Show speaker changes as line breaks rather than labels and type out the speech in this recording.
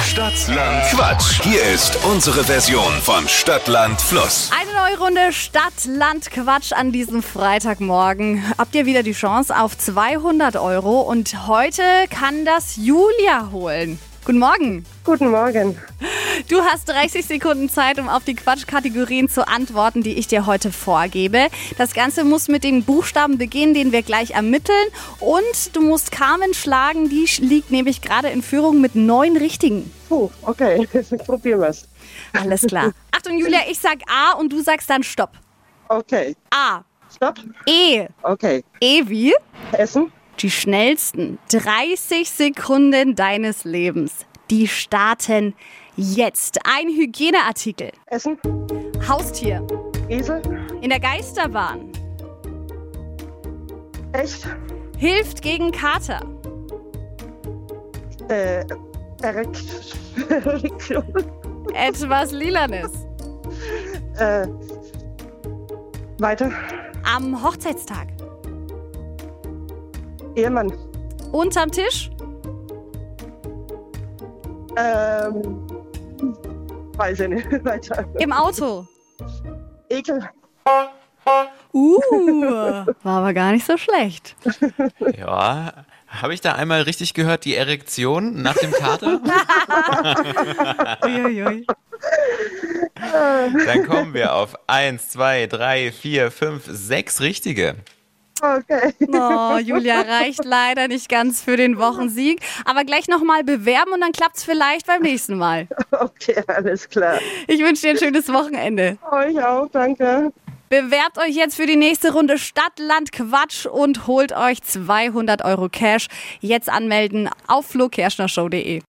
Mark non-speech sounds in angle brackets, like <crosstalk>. Stadtland Quatsch. Hier ist unsere Version von Stadtland Fluss.
Eine neue Runde Stadt, Land, Quatsch an diesem Freitagmorgen. Habt ihr wieder die Chance auf 200 Euro und heute kann das Julia holen. Guten Morgen.
Guten Morgen.
Du hast 30 Sekunden Zeit, um auf die Quatschkategorien zu antworten, die ich dir heute vorgebe. Das Ganze muss mit dem Buchstaben beginnen, den wir gleich ermitteln. Und du musst Carmen schlagen, die sch- liegt nämlich gerade in Führung mit neun richtigen.
Puh, okay, <laughs> probieren wir's.
Alles klar. Achtung, Julia, ich sag A und du sagst dann Stopp.
Okay,
A.
stopp.
E.
Okay,
E wie?
Essen.
Die schnellsten 30 Sekunden deines Lebens. Die starten jetzt. Ein Hygieneartikel.
Essen.
Haustier.
Esel.
In der Geisterbahn.
Echt.
Hilft gegen Kater.
Äh, Erekt. Erektion. <laughs>
Etwas Lilanes.
Äh, weiter.
Am Hochzeitstag.
Ehemann.
Unterm Tisch.
Ähm, weiß ich nicht. <laughs> Weiter.
Im Auto.
Ekel.
Uh, war aber gar nicht so schlecht.
Ja, habe ich da einmal richtig gehört, die Erektion nach dem Kater?
Uiuiui.
Dann kommen wir auf 1, 2, 3, 4, 5, 6 richtige.
Okay. <laughs>
Oh, Julia reicht leider nicht ganz für den Wochensieg. Aber gleich nochmal bewerben und dann klappt's vielleicht beim nächsten Mal.
Okay, alles klar.
Ich wünsche dir ein schönes Wochenende.
Euch auch, danke.
Bewerbt euch jetzt für die nächste Runde Stadt, Land, Quatsch und holt euch 200 Euro Cash. Jetzt anmelden auf flokerschnershow.de.